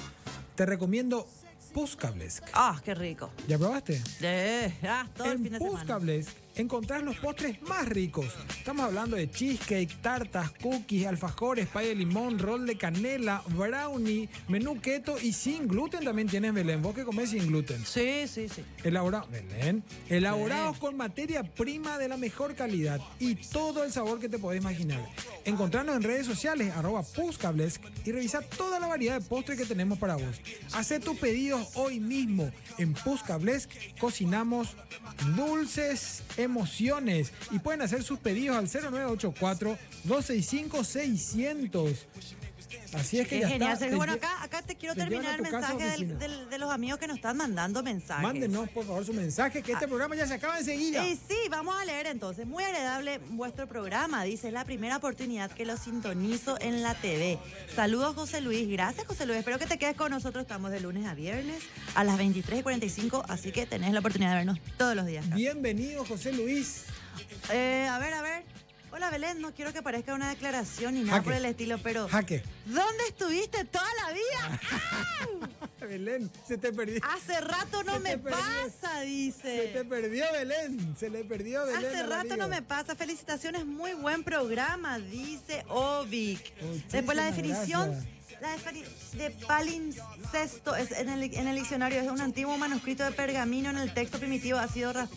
B: te recomiendo Puskablesk.
A: ¡Ah, qué rico!
B: ¿Ya probaste?
A: Eh, ah, todo el
B: en
A: fin de semana.
B: Puskables encontrás los postres más ricos. Estamos hablando de cheesecake, tartas, cookies, alfajores, pay de limón, rol de canela, brownie, menú keto y sin gluten también tienes Belén. Vos que comés sin gluten.
A: Sí, sí, sí.
B: Elaborado, Belén, elaborados con materia prima de la mejor calidad y todo el sabor que te podés imaginar. Encontranos en redes sociales, arroba Puskablesk, y revisa toda la variedad de postres que tenemos para vos. Hacé tus pedidos hoy mismo. En Puskablesk cocinamos dulces emociones y pueden hacer sus pedidos al 0984-265-600. Así es que
A: Qué
B: ya
A: genial,
B: está.
A: Sergio.
B: Te
A: Bueno,
B: lle-
A: acá, acá te quiero
B: te llevan a
A: terminar el
B: tu casa o
A: mensaje del-
B: oficina.
A: del- de los amigos que nos están mandando mensajes.
B: Mándenos, por favor, su mensaje,
A: Ah.
B: que este programa ya se acaba enseguida.
A: Y sí, vamos a leer entonces. Muy agradable vuestro programa. Dice, es la primera oportunidad que lo sintonizo en la TV. Saludos, José Luis. Gracias, José Luis. Espero que te quedes con nosotros. Estamos de lunes a viernes a las 23.45, así que tenés la oportunidad de vernos todos los días. acá.
B: Bienvenido, José Luis.
A: Eh, a ver, a ver. Hola, Belén. No quiero que parezca una declaración ni nada
B: Jaque.
A: por el estilo, pero...
B: Jaque. *laughs*
A: ¿Dónde estuviste toda la vida?
B: Belén, se te perdió.
A: Hace rato no
B: Se te
A: me
B: perdió.
A: pasa,
B: Se te
A: dice.
B: perdió Belén. Se le perdió Belén.
A: eh. Hace
B: al
A: rato no
B: amigo.
A: me pasa. Felicitaciones, muy buen programa, dice Ovic.
B: Muchísimas
A: Después la definición
B: gracias.
A: la defini- de palincesto es en el, en el diccionario es un antiguo manuscrito de pergamino en el texto primitivo ha sido ras-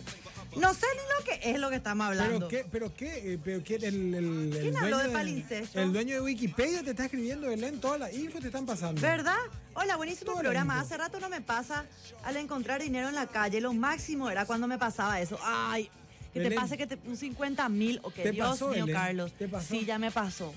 A: No sé ni lo que es lo que estamos hablando.
B: Pero qué, pero qué, eh, pero qué, el, el, el
A: ¿Quién habló de
B: dueño
A: palincesto?
B: El dueño de Wikipedia te está escribiendo, Belén, toda la info te están pasando.
A: ¿Verdad? Hola, buenísimo
B: Mm. Todo
A: programa.
B: lindo.
A: Hace rato no me pasa al encontrar dinero en la calle. Lo máximo era cuando me pasaba eso. Ay, que te
B: Belén.
A: pase que te, un 50 mil. o que
B: ¿Te
A: Dios
B: pasó,
A: mío,
B: Belén?
A: Carlos.
B: ¿Te pasó?
A: Sí, ya me pasó.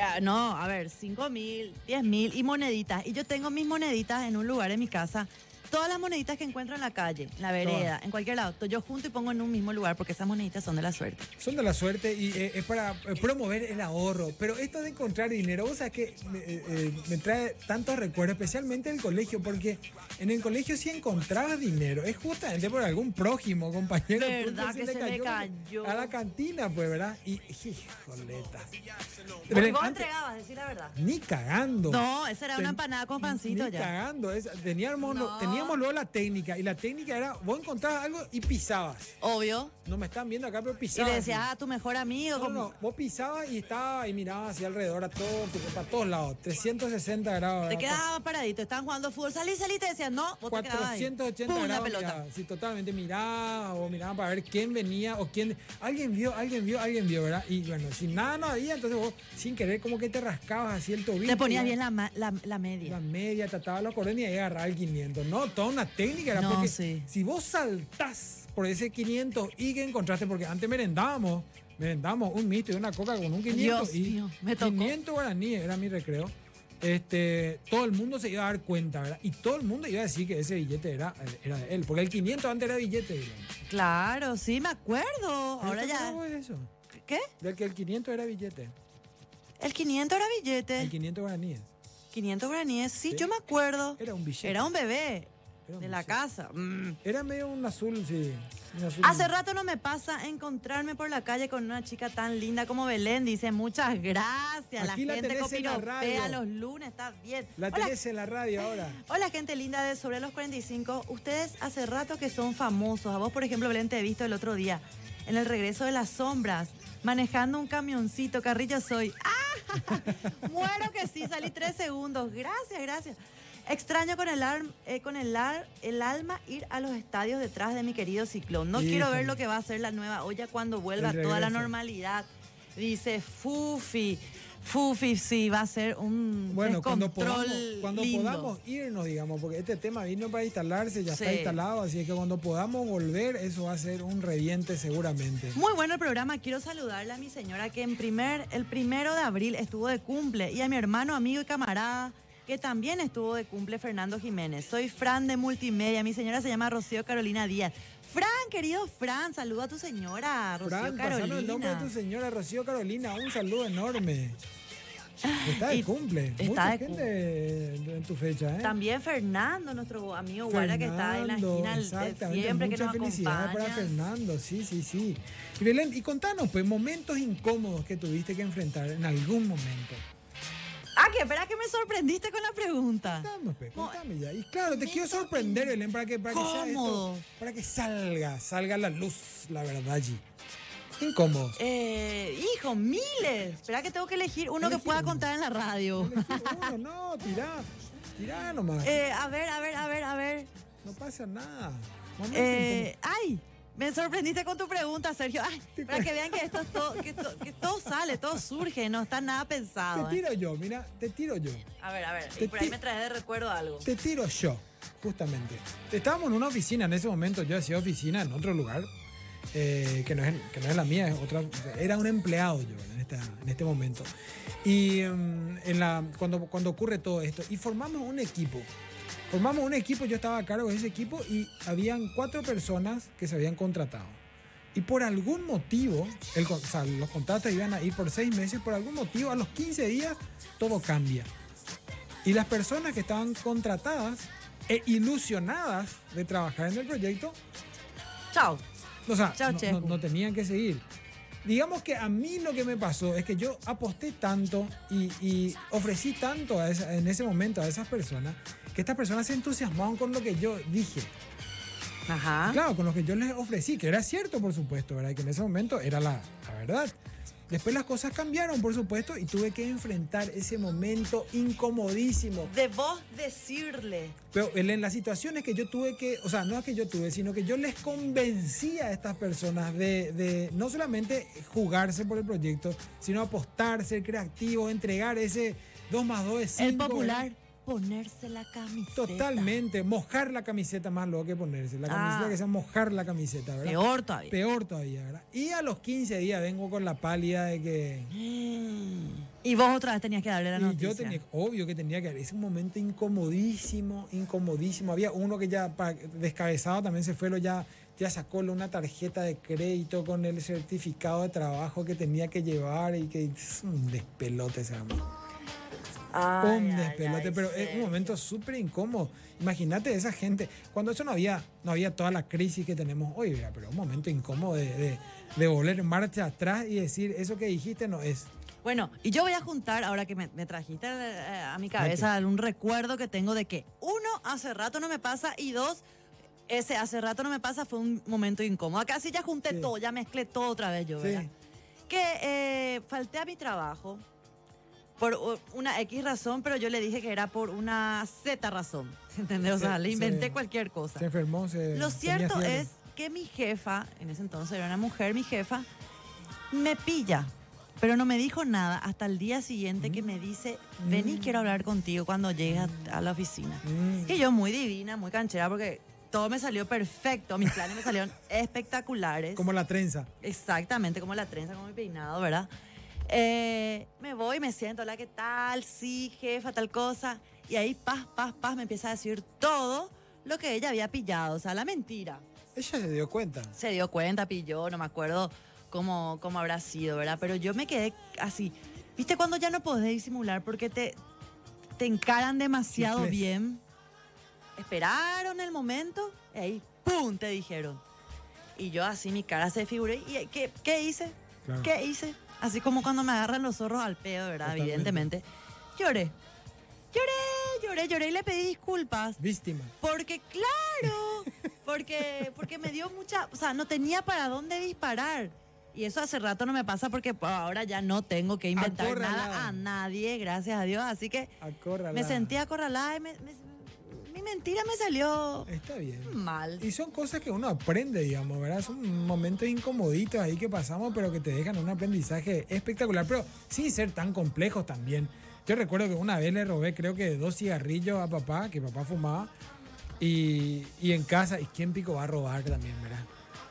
A: Ah, No, a ver, 5 mil, 10 mil y moneditas. Y yo tengo mis moneditas en un lugar en mi casa. Todas las moneditas que encuentro en la calle, en la vereda, en cualquier lado, yo junto y pongo en un mismo lugar porque esas moneditas son de la suerte.
B: Son de la suerte y eh, es para eh, promover el ahorro. Pero esto de encontrar dinero, o sea, que me, eh, eh, me trae tantos recuerdos, especialmente el colegio, porque en el colegio si encontrabas dinero, es justamente por algún prójimo, compañero.
A: ¿Verdad
B: porque
A: que se le cayó?
B: A la cantina, pues, ¿verdad? Y, hijoleta.
A: Porque
B: Belén,
A: vos
B: antes-
A: entregabas, decir la verdad.
B: ni cagando.
A: No, esa era una
B: Ten-
A: empanada con pancito
B: ni
A: ya.
B: cagando. esa- teníamos, lo- teníamos luego la técnica. Y la técnica era, vos encontrabas algo y pisabas.
A: Obvio.
B: No me están viendo acá, pero
A: Y
B: pisabas.
A: le decías a tu mejor amigo.
B: No,
A: como-
B: no, vos pisabas y estabas y mirabas hacia alrededor a todo, para todos lados, 360 grados.
A: Te
B: ¿verdad?
A: quedabas paradito, estaban jugando fútbol, salí, salí, te decían no, vos te quedabas ahí.
B: 480
A: Pum, la
B: grados.
A: pelota.
B: mirabas. Sí, totalmente mirabas o mirabas para ver quién venía o quién. Alguien vio, alguien vio, alguien vio, ¿verdad? Y bueno, si nada no había, entonces vos sin querer como que te rascabas así el tobillo.
A: Te ponías
B: ¿verdad?
A: bien la, ma- la- la
B: La
A: media.
B: media, trataba los corones y ahí agarraba el 500. No, toda una técnica era
A: No,
B: porque
A: sí.
B: si vos saltás por ese 500 y que encontraste, porque antes merendábamos, merendábamos un mixto y una coca con un 500
A: Dios
B: y
A: mío, me tocó.
B: 500 guaraníes era mi recreo. Este, todo el mundo se iba a dar cuenta, ¿verdad? Y todo el mundo iba a decir que ese billete era, era de él, porque el 500 antes era billete. Dylan.
A: Claro, sí, me acuerdo.
B: Pero eh.
A: Ahora
B: ¿cómo
A: ya.
B: hago eso?
A: ¿Qué?
B: Del que el 500 era billete.
A: El 500 era
B: El
A: billete.
B: 500 guaraníes.
A: 500 guaraníes, sí, yo me acuerdo.
B: Era un billete.
A: Era un bebé.
B: Era
A: de
B: un
A: la
B: azul.
A: casa. Mm.
B: Era medio un azul, sí. un azul.
A: Hace rato no me pasa encontrarme por la calle con una chica tan linda como Belén. Dice, muchas gracias.
B: Aquí la
A: la gente
B: tenés en la
A: copiropea
B: radio.
A: los lunes, está bien.
B: La
A: Hola,
B: tenés en la radio ahora.
A: Hola gente linda de Sobre los 45. Ustedes hace rato que son famosos. A vos, por ejemplo, Belén, te he visto el otro día en el regreso de las sombras, manejando un camioncito. Carrillo soy. *laughs* ¡Ah! Muero que sí, salí tres segundos. Gracias, gracias. Extraño con el, arm- eh, con el, ar- el alma ir a los estadios detrás de mi querido ciclón. No quiero
B: Híjole.
A: ver lo que va a ser la nueva olla cuando vuelva
B: El
A: a toda la
B: regreso.
A: normalidad. Dice Fufi. Fufi, sí, va a ser un
B: Bueno, cuando
A: descontrol
B: podamos, cuando
A: lindo.
B: podamos irnos, digamos, porque este tema vino para instalarse, ya está
A: Sí.
B: instalado, así que cuando podamos volver, eso va a ser un reviente seguramente.
A: Muy bueno el programa. Quiero saludarle a mi señora que en primer, el primero de abril estuvo de cumple y a mi hermano, amigo y camarada que también estuvo de cumple, Fernando Jiménez. Soy Fran de Multimedia. Mi señora se llama Rocío Carolina Díaz. Fran, querido Fran, saludo a tu señora, Rocío
B: Fran, pasaron el nombre de
A: Carolina.
B: tu señora Rocío Carolina, un saludo enorme. Está de
A: Y
B: cumple.
A: está
B: Mucha
A: de
B: gente en tu fecha, ¿eh?
A: También Fernando, nuestro amigo Guara que está en la
B: Fernando,
A: esquina el- de
B: exactamente,
A: siempre, que
B: mucha
A: nos
B: felicidad
A: acompaña.
B: para Fernando, sí, sí, sí. Y Belén, y contanos, pues, momentos incómodos que tuviste que enfrentar en algún momento.
A: Ah, que espera que me sorprendiste con la pregunta.
B: Contame, pues,
A: Mo-
B: contame ya. Y claro, te quiero sorprender, Belén, para que, para que sea esto,
A: Incómodo.
B: para que salga, salga a la luz, la verdad, allí. Incómodo.
A: Eh, hijo, miles. Espera que tengo que elegir uno que
B: Elegí
A: pueda
B: uno.
A: contar en la radio.
B: Uno, no, tirá, tirá nomás.
A: Oh. Eh, a ver, a ver, a ver, a ver.
B: no pasa nada. Momento
A: Eh, ay, me sorprendiste con tu pregunta, Sergio. Ay, para que vean que esto es todo, que, esto- que todo sale, todo surge, no está nada
B: incómodo.
A: pensado.
B: Te
A: ¿eh?
B: tiro yo, mira, te tiro yo.
A: A ver, a ver,
B: te
A: y por ahí
B: ti-
A: me traes de recuerdo algo.
B: Te tiro yo, justamente. Estábamos en una oficina en ese momento, yo hacía oficina en otro lugar, eh, que, no es, que no es la mía, es otra, era un empleado yo en, esta- en este momento. Y mm, en la, cuando, cuando ocurre todo esto, y formamos un equipo. Formamos un equipo, yo estaba a cargo de ese equipo y habían cuatro personas que se habían contratado. Y por algún motivo, el con- o sea, los contratos iban a ir por seis meses, por algún motivo, a los 15 días todo cambia. Y las personas que estaban contratadas e ilusionadas de trabajar en el proyecto,
A: Chao.
B: o sea,
A: Chao,
B: no-
A: Checo.
B: no, no tenían que seguir. Digamos que a mí lo que me pasó es que yo aposté tanto y, y ofrecí tanto a esa- en ese momento a esas personas que estas personas se entusiasmaron con lo que yo dije.
A: Ajá.
B: Claro, con lo que yo les ofrecí, que era cierto, por supuesto, ¿verdad? Y Que en ese momento era la, la verdad. Después las cosas cambiaron, por supuesto, y tuve que enfrentar ese momento incomodísimo.
A: De vos decirle.
B: Pero en las situaciones que yo tuve que, o sea, no es que yo tuve, sino que yo les convencía a estas personas de, de no solamente jugarse por el proyecto, sino apostar, ser creativos, entregar ese 2 más 2 es 5.
A: el popular, ponerse la camiseta.
B: Totalmente, mojar la camiseta más lo que ponerse. La camiseta
A: Ah.
B: que sea mojar la camiseta, ¿verdad?
A: Peor todavía.
B: Peor todavía, ¿verdad? Y a los 15 días vengo con la pálida de que...
A: Y vos otra vez tenías que darle la
B: Y
A: noticia.
B: yo tenía, obvio que tenía que haber, es un momento incomodísimo, incomodísimo. Había uno que ya pa- descabezado también se fue, lo ya, ya sacó lo- una tarjeta de crédito con el certificado de trabajo que tenía que llevar y que es un despelote se armó.
A: Ay,
B: un
A: ay,
B: despelote,
A: ay,
B: pero es un
A: Sergio.
B: momento súper incómodo. Imagínate esa gente, cuando eso no había, no había toda la crisis que tenemos hoy, ¿verdad? pero un momento incómodo de, de, de volver marcha atrás y decir, eso que dijiste no es.
A: Bueno, y yo voy a juntar, ahora que me, me trajiste eh, a mi cabeza algún recuerdo que tengo de que, uno, hace rato no me pasa, y dos, ese hace rato no me pasa fue un momento incómodo. Acá sí ya junté
B: Sí.
A: todo, ya mezclé todo otra vez yo, ¿verdad?
B: Sí.
A: Que eh, falté a mi trabajo por u- una X razón, pero yo le dije que era por una Z razón, *laughs* ¿entendés? O
B: Sí,
A: sea, le
B: sí.
A: inventé cualquier cosa.
B: Se enfermó, se...
A: Lo
B: tenía
A: cierto
B: fiebre.
A: es que mi jefa, en ese entonces era una mujer, mi jefa, me pilla, pero no me dijo nada hasta el día siguiente que me dice, vení, quiero hablar contigo cuando llegues a, a la oficina.
B: Mm.
A: Y yo muy divina, muy canchera, porque todo me salió perfecto, mis planes me salieron *laughs* espectaculares.
B: Como la trenza.
A: Exactamente, como la trenza, como mi peinado, ¿verdad? Eh, me voy, me siento, hola, ¿qué tal? Sí, jefa, tal cosa. Y ahí, paz, paz, paz, me empieza a decir todo lo que ella había pillado, o sea, la mentira.
B: Ella se dio cuenta.
A: Se dio cuenta, pilló, no me acuerdo cómo, cómo habrá sido, ¿verdad? Pero yo me quedé así. ¿Viste cuando ya no podés disimular porque te, te encaran demasiado
B: Chifles.
A: bien? Esperaron el momento y ahí, ¡pum!, te dijeron. Y yo así, mi cara se desfiguró. ¿Y eh, qué, qué hice?
B: Claro.
A: ¿Qué hice? Así como cuando me agarran los zorros al pedo, ¿verdad?
B: Totalmente.
A: Evidentemente. Lloré. Lloré, lloré, lloré y le pedí disculpas.
B: Víctima.
A: Porque claro, porque, porque me dio mucha, o sea, no tenía para dónde disparar. Y eso hace rato no me pasa porque pues, ahora ya no tengo que inventar
B: Acorralada.
A: nada a nadie, gracias a Dios. Así que
B: Acorralada.
A: me sentí acorralada y me- me- mi mentira me salió
B: Está bien.
A: mal.
B: Y son cosas que uno aprende, digamos, ¿verdad? Son momentos incomoditos ahí que pasamos, pero que te dejan un aprendizaje espectacular, pero sin ser tan complejos también. Yo recuerdo que una vez le robé, creo que dos cigarrillos a papá, que papá fumaba, y, y en casa, ¿y quién pico va a robar también, verdad?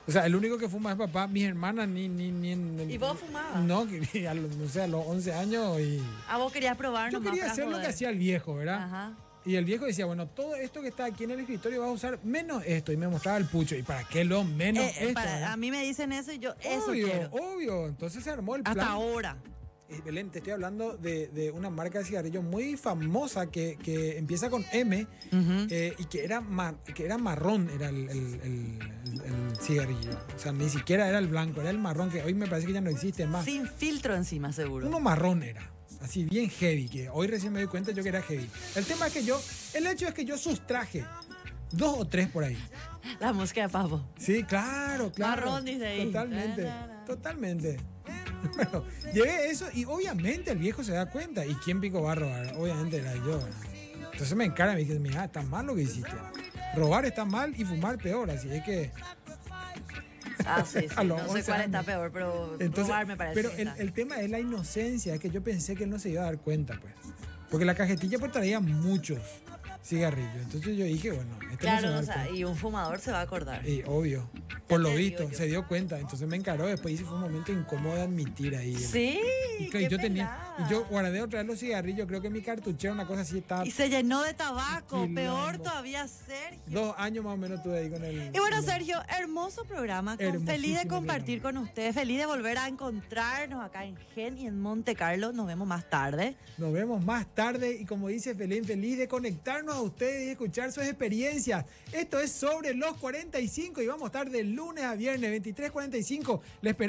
B: O sea, el único que fuma es papá, mis hermanas, ni... ni, ni en-
A: ¿Y vos fumabas?
B: No, que, *laughs* a los, no sé, a los 11 años y...
A: Ah, vos querías probar
B: Yo
A: nomás
B: quería
A: para
B: hacer lo que
A: joder.
B: hacía el viejo, ¿verdad?
A: Ajá.
B: Y el viejo decía, bueno, todo esto que está aquí en el escritorio vas a usar menos esto. Y me mostraba el pucho. ¿Y para qué lo menos
A: Eh, eh,
B: esto?
A: para-
B: verdad?
A: a mí me dicen eso y yo eso
B: obvio,
A: quiero.
B: obvio. Entonces se armó el plan.
A: Hasta ahora.
B: Eh, Belén, te estoy hablando de, de una marca de cigarrillos muy famosa que, que empieza con M eh, y que era, mar- que era marrón, era el, el- el- el cigarrillo. O sea, ni siquiera era el blanco, era el marrón, que hoy me parece que ya no existe más.
A: Sin filtro encima, seguro.
B: Uno marrón era. Así bien heavy, que hoy recién me doy cuenta yo que era heavy. El tema es que yo, el hecho es que yo sustraje dos o tres por ahí.
A: La música de papo.
B: Sí, claro, claro.
A: Marrón, dice ahí.
B: Totalmente,
A: Na, na, na.
B: totalmente. Bueno, llevé eso y obviamente el viejo se da cuenta. ¿Y quién pico va a robar? Obviamente era yo. ¿verdad? Entonces me encara y me dice, mira, está mal lo que hiciste. Robar está mal y fumar peor, así es que...
A: Ah, sí, sí.
B: *laughs* A los
A: No sé
B: 11
A: cuál está
B: años.
A: peor, pero
B: Entonces,
A: robar me parece.
B: pero
A: que
B: el,
A: está.
B: el tema es la inocencia, es que yo pensé que él no se iba a dar cuenta, pues. Porque la cajetilla pues traía muchos cigarrillos. Entonces yo dije, bueno, este
A: claro,
B: no
A: o
B: se va Eh, a
A: sea,
B: dar cuenta.
A: y un fumador se va a acordar.
B: Y obvio. Por lo
A: te digo
B: visto,
A: yo.
B: se dio cuenta. Entonces me encaró. Después hice fue un momento incómodo de admitir ahí.
A: Sí.
B: Y, que
A: qué
B: yo tenía,
A: pelada.
B: y yo guardé otra vez los cigarrillos. Creo que mi cartuchera, una cosa así, estaba
A: Y se llenó de tabaco.
B: Quilombo.
A: Peor todavía, Sergio.
B: dos años más o menos tuve ahí con el.
A: Y bueno,
B: con el-
A: Sergio, hermoso programa. Con, feliz de
B: Hermosísimo
A: compartir con ustedes. Feliz de volver a encontrarnos acá en Gen y en Monte Carlo. Nos vemos más tarde.
B: Nos vemos más tarde y como dice Belén, feliz de conectarnos a ustedes y escuchar sus experiencias. Esto es sobre los 45 y vamos a estar de lunes a viernes 23.45. Le esperamos.